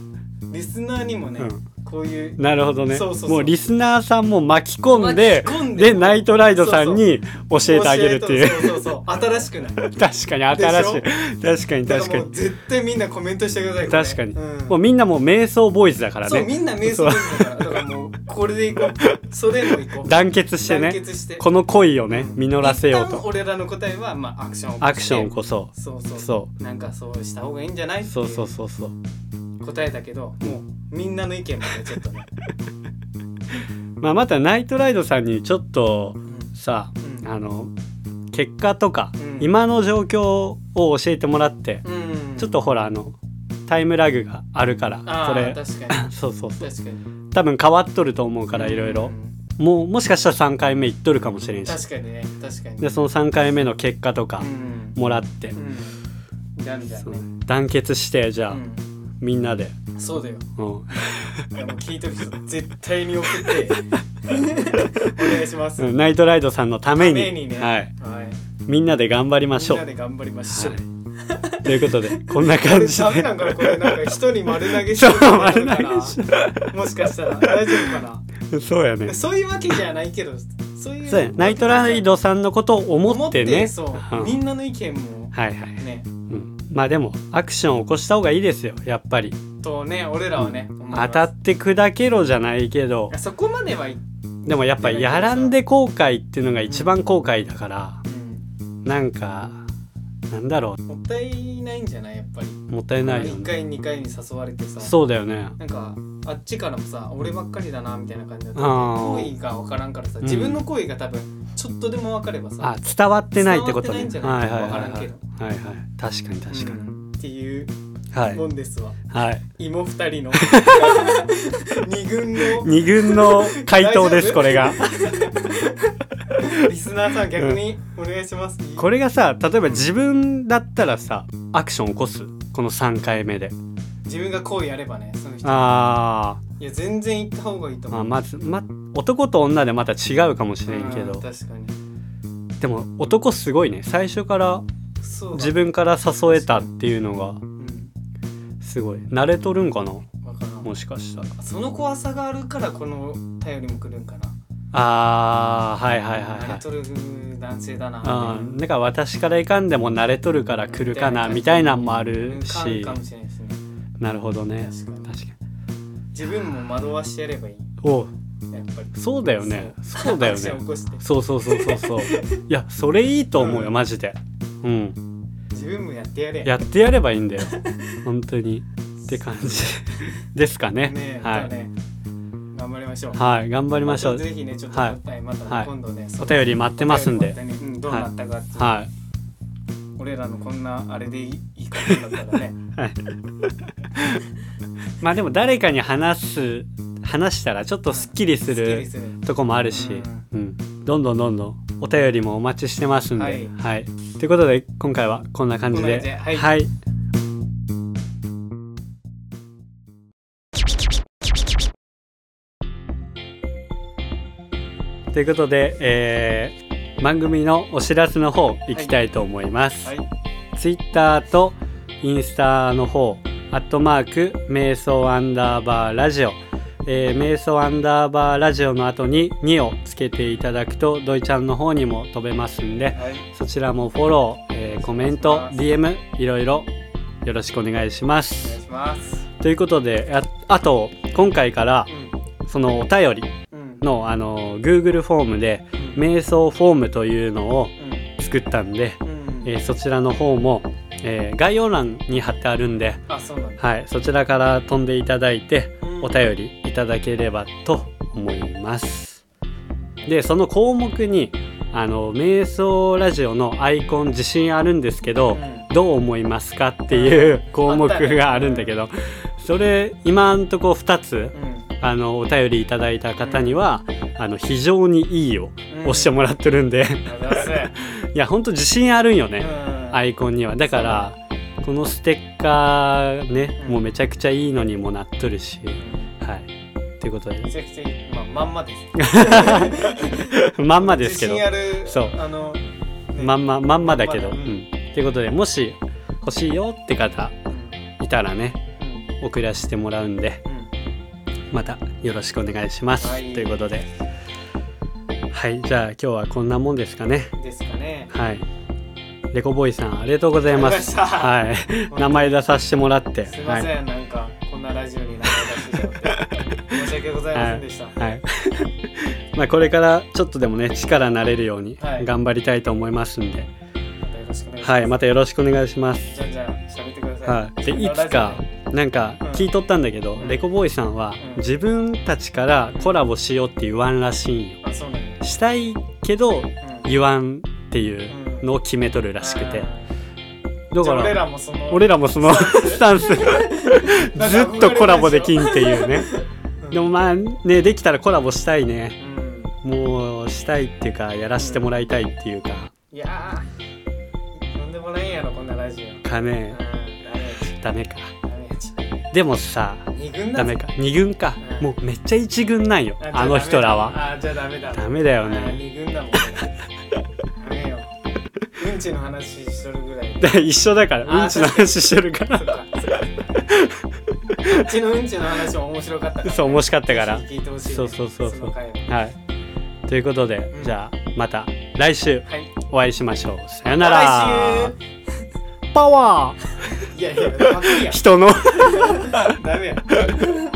Speaker 2: リスナーにもね、こういう
Speaker 1: なるほどね
Speaker 2: そうそうそう
Speaker 1: もうリスナーさんも巻き込んで
Speaker 2: 巻き込んで
Speaker 1: でナイトライドさんに教えてあげるっていう
Speaker 2: 教えてそうそうそう新しくな い
Speaker 1: 確かに新しい確かに
Speaker 2: だ
Speaker 1: 確
Speaker 2: か
Speaker 1: からに
Speaker 2: もう絶対みんなコメントしてくださいこれ
Speaker 1: 確かに
Speaker 2: うん
Speaker 1: もうみんなもう瞑想ボーイズだから
Speaker 2: そう
Speaker 1: ね
Speaker 2: みんな瞑想ですからだからもうこれでいこ うそれもいこう
Speaker 1: 団結してね
Speaker 2: 団結して
Speaker 1: この恋をね実らせよう
Speaker 2: 一旦
Speaker 1: と
Speaker 2: 俺らの答えはまあアクションを起こして
Speaker 1: アクションこそ
Speaker 2: そうそう
Speaker 1: そ
Speaker 2: なんかそうした方がいいんじゃないってい
Speaker 1: そうそうそうそう
Speaker 2: 答えだけどもうみんなの意見までちょっとね、
Speaker 1: まあまたナイトライドさんにちょっと
Speaker 2: うん
Speaker 1: さ
Speaker 2: うん
Speaker 1: あの結果とか、
Speaker 2: うん
Speaker 1: 今の状況を教えてもらって、
Speaker 2: うん
Speaker 1: ちょっとほらあのタイムラグがあるから
Speaker 2: あ
Speaker 1: こ
Speaker 2: ー
Speaker 1: れ
Speaker 2: 確かに
Speaker 1: そうそうそう
Speaker 2: 確かに
Speaker 1: 多分変わっとると思うからいろいろ
Speaker 2: うん
Speaker 1: もうもしかしたら3回目いっとるかもしれんし
Speaker 2: 確かにね確かに
Speaker 1: でその3回目の結果とか
Speaker 2: うん
Speaker 1: もらって、
Speaker 2: うんじゃあじゃあ
Speaker 1: そう
Speaker 2: ね
Speaker 1: 団結してじゃあ、
Speaker 2: う
Speaker 1: みんなで、
Speaker 2: んそうだよ
Speaker 1: うん、
Speaker 2: いやもう聞いてる人絶対に送って お願いします
Speaker 1: うんナイトライドさんのために
Speaker 2: ためにね
Speaker 1: はい、
Speaker 2: はい
Speaker 1: みんなで頑張りましょ
Speaker 2: みん
Speaker 1: う
Speaker 2: なで頑張りましょう
Speaker 1: はいということでこんな感じ
Speaker 2: ダメ
Speaker 1: で
Speaker 2: なんかなこれなんか人に丸投げし
Speaker 1: そ
Speaker 2: よ
Speaker 1: う
Speaker 2: うと思っ
Speaker 1: 丸
Speaker 2: た
Speaker 1: 投
Speaker 2: のか
Speaker 1: げし
Speaker 2: なもしかしたら大丈夫か
Speaker 1: そうやね
Speaker 2: なそういうわけじゃないけどそういう
Speaker 1: そうやナイトライドさんのことを思
Speaker 2: 思
Speaker 1: っ
Speaker 2: ってて
Speaker 1: ね
Speaker 2: ねそう
Speaker 1: うん
Speaker 2: みんなの意見も
Speaker 1: はいはい、
Speaker 2: ね
Speaker 1: うん、まあでもアクションを起こした方がいいですよやっぱり
Speaker 2: とね俺らはね思います
Speaker 1: 当たって砕けろじゃないけど
Speaker 2: そこまではい
Speaker 1: でもやっぱやらんで後悔っていうのが一番後悔だから
Speaker 2: うん
Speaker 1: なんかなんだろ
Speaker 2: もったいないんじゃないやっぱり
Speaker 1: うもったいないよ
Speaker 2: 1
Speaker 1: ね
Speaker 2: 回2回に誘われてさ
Speaker 1: そうだよね
Speaker 2: なんかあっちからもさ俺ばっかりだなみたいな感じだった
Speaker 1: あ
Speaker 2: 行為が分からんからさ
Speaker 1: うん
Speaker 2: 自分の行為が多分ちょっとでも分かれば
Speaker 1: あ、
Speaker 2: さ
Speaker 1: 伝わってないってことね
Speaker 2: 伝わっ
Speaker 1: は
Speaker 2: て
Speaker 1: いはい
Speaker 2: ないんじゃ
Speaker 1: は
Speaker 2: な
Speaker 1: いはいはい
Speaker 2: い
Speaker 1: はい確かに確かに、
Speaker 2: うんっていう
Speaker 1: はい
Speaker 2: もんですわ
Speaker 1: はい
Speaker 2: 芋二人の二軍の
Speaker 1: 二軍の回答 ですこれが
Speaker 2: リスナーさん逆にお願いします、
Speaker 1: これがさ例えば自分だったらさアクション起こすこの3回目で
Speaker 2: 自分がこうやればねその人
Speaker 1: あ
Speaker 2: いや全然行った方がいいと
Speaker 1: ーまあ
Speaker 2: 思う、
Speaker 1: まずま男と女でまた違うかもしれんけ
Speaker 2: う
Speaker 1: ど
Speaker 2: ん確かに
Speaker 1: でも男すごいね最初から
Speaker 2: そうだ
Speaker 1: 自、分から誘えたっていうのが
Speaker 2: うん、
Speaker 1: すごい慣れとるんかな
Speaker 2: 分からん
Speaker 1: もしかしたら
Speaker 2: その怖さがあるからこの頼りも来るんかな。
Speaker 1: あーはいはいはい
Speaker 2: 慣
Speaker 1: は
Speaker 2: れ
Speaker 1: い
Speaker 2: とる男性だな。
Speaker 1: あーなんか私からいかんでも慣れとるから来るかなみたいなんもある
Speaker 2: うん
Speaker 1: し
Speaker 2: かんかもしれないしね。
Speaker 1: なるほどね
Speaker 2: 確かに
Speaker 1: 確かに
Speaker 2: 自分も惑わしてやればいい。
Speaker 1: おう
Speaker 2: やっぱり。
Speaker 1: そうだよねそうだよ
Speaker 2: アクショ
Speaker 1: ね
Speaker 2: ン起こして。
Speaker 1: そうそうそうそう そういやそれいいと思うよ
Speaker 2: うん
Speaker 1: マジでうん
Speaker 2: 自分もやってやれ。
Speaker 1: やってやればいいんだよ本当にって感 じですかね
Speaker 2: ねえ、
Speaker 1: は
Speaker 2: だから
Speaker 1: い
Speaker 2: ね頑張りましょう。
Speaker 1: はい頑張りましょう
Speaker 2: ぜひね、ちょっと、
Speaker 1: は
Speaker 2: はいい、また、ね
Speaker 1: はい
Speaker 2: 今度ね、そ
Speaker 1: お
Speaker 2: の
Speaker 1: 便り待ってますん
Speaker 2: お
Speaker 1: で
Speaker 2: 便りもあってねうん、どうなったかっていう、
Speaker 1: は
Speaker 2: 俺らのこんなあれでいいいい感じだったらね。
Speaker 1: いはいまあでも誰かに話す話したらちょっとすっきりす
Speaker 2: っきり
Speaker 1: る
Speaker 2: する。
Speaker 1: とこもあるし、うん、どんどんどんどんお便りもお待ちしてますんで、は
Speaker 2: はいい
Speaker 1: ということで今回はこんな感じで
Speaker 2: こんな感じでは
Speaker 1: は
Speaker 2: い
Speaker 1: いということで、えー番組のお知らせの方行きたいと思います。
Speaker 2: はい。
Speaker 1: ツイッターとインスタの方、アットマーク、瞑想アンダーバーラジオ。えー瞑想アンダーバーラジオの後に2をつけていただくと、ドイちゃんの方にも飛べますんで、
Speaker 2: はい。
Speaker 1: そちらもフォロー、えーコメント、DM、いろいろよろしくお願いしま
Speaker 2: お願い
Speaker 1: す。
Speaker 2: します。
Speaker 1: ということで、ああと、今回から、そのお便り
Speaker 2: うん。うん。
Speaker 1: の、あの、Google フォームで、
Speaker 2: うん
Speaker 1: 瞑想フォームというのを作ったんで、
Speaker 2: うん。うん
Speaker 1: えーそちらの方も、えー概要欄に貼ってあるんで、
Speaker 2: あ、そうなんだ。
Speaker 1: はい、そちらから飛んでいただいて
Speaker 2: うん
Speaker 1: お便りいただければと思います。でその項目にあの瞑想ラジオのアイコン自信あるんですけど、
Speaker 2: うん
Speaker 1: どう思いますかっていう項目
Speaker 2: あったね
Speaker 1: があるんだけど、それ今んとこ2つ
Speaker 2: う
Speaker 1: あのお便りいただいた方には「あの非常にいい」を
Speaker 2: ん。
Speaker 1: 押して
Speaker 2: も
Speaker 1: もらってるんで、
Speaker 2: らう。ありがとうございま
Speaker 1: いやほんと自信あるんよね。
Speaker 2: す。うん。
Speaker 1: アイコンにはだからこのステッカーね、
Speaker 2: うん
Speaker 1: もうめちゃくちゃいいのにもなっとるしはいということ
Speaker 2: め
Speaker 1: で
Speaker 2: ちゃくちゃいい。まあ、まんまです。
Speaker 1: まんまですけど
Speaker 2: 自信ある。
Speaker 1: そう
Speaker 2: あの、ね
Speaker 1: まんままんまだけど、
Speaker 2: まんまだ
Speaker 1: うんということでもし欲しいよって方
Speaker 2: うん
Speaker 1: いたらね
Speaker 2: うん
Speaker 1: 送らせてもらうんで
Speaker 2: うん
Speaker 1: またよろしくお願いします、
Speaker 2: はい
Speaker 1: ということではいじゃあ今日はこんなもんですかね
Speaker 2: ですかね。
Speaker 1: はいレコボーイさんありがとうございます
Speaker 2: あ
Speaker 1: はい 名前出させてもらって
Speaker 2: すいま
Speaker 1: はい
Speaker 2: せん、なんか、こんなラジオに名前出してしまって。申し訳ございませんでした。
Speaker 1: はい。 まあこれからちょっとでもね力なれるように
Speaker 2: はい
Speaker 1: 頑張りたいと思いますんで、はい、
Speaker 2: またよろしくお願いします。
Speaker 1: またよろしくお願いします。
Speaker 2: じゃんじゃん喋ってください。
Speaker 1: はい。で
Speaker 2: こんないラジオ
Speaker 1: つかなんか
Speaker 2: うん
Speaker 1: 聞いとったんだけど、
Speaker 2: うん
Speaker 1: レコボーイさんは
Speaker 2: うん
Speaker 1: 自分たちからコラボしようって言わんらしいんよ。
Speaker 2: あ、そうなんだ。
Speaker 1: したいけど
Speaker 2: うん
Speaker 1: 言わんっていうのを決めとるらしくて、
Speaker 2: あ
Speaker 1: だ
Speaker 2: ーじゃ
Speaker 1: か
Speaker 2: あ俺
Speaker 1: ら
Speaker 2: らもその。
Speaker 1: 俺らもそ のスタンスず
Speaker 2: なんか憧れ
Speaker 1: っとコラボできんっていうね。
Speaker 2: うん
Speaker 1: でもまあねできたらコラボしたいね。
Speaker 2: うん
Speaker 1: もうしたいっていうかやらせてもらいたいっていうか、
Speaker 2: いやー、なんでもないやろ、こんなラジオ。うん
Speaker 1: かね
Speaker 2: ダメ
Speaker 1: ダメ
Speaker 2: やち
Speaker 1: か
Speaker 2: ダメやち
Speaker 1: でもさ
Speaker 2: 二軍だ
Speaker 1: ダ
Speaker 2: ぞ
Speaker 1: メか2軍か、
Speaker 2: うん
Speaker 1: もうめっちゃ1軍なんよあの人らは
Speaker 2: あじゃあダメだ
Speaker 1: ダメだよ
Speaker 2: あ
Speaker 1: ね
Speaker 2: 二軍だもんダメようんちの話しとるぐらい
Speaker 1: で一緒だから
Speaker 2: あー
Speaker 1: うんちの話してるか
Speaker 2: そっ
Speaker 1: ら
Speaker 2: かそっかうちのうんちの話も面白かったから
Speaker 1: そう面白かったから
Speaker 2: ぜひ聞いてほしいね
Speaker 1: そうそうそうそう
Speaker 2: の回を
Speaker 1: はいということで、
Speaker 2: うん
Speaker 1: じゃあまた来週
Speaker 2: はい
Speaker 1: お会いしましょうさよなら
Speaker 2: 来
Speaker 1: パワー
Speaker 2: 週いやいやダメや
Speaker 1: 人の
Speaker 2: ダメや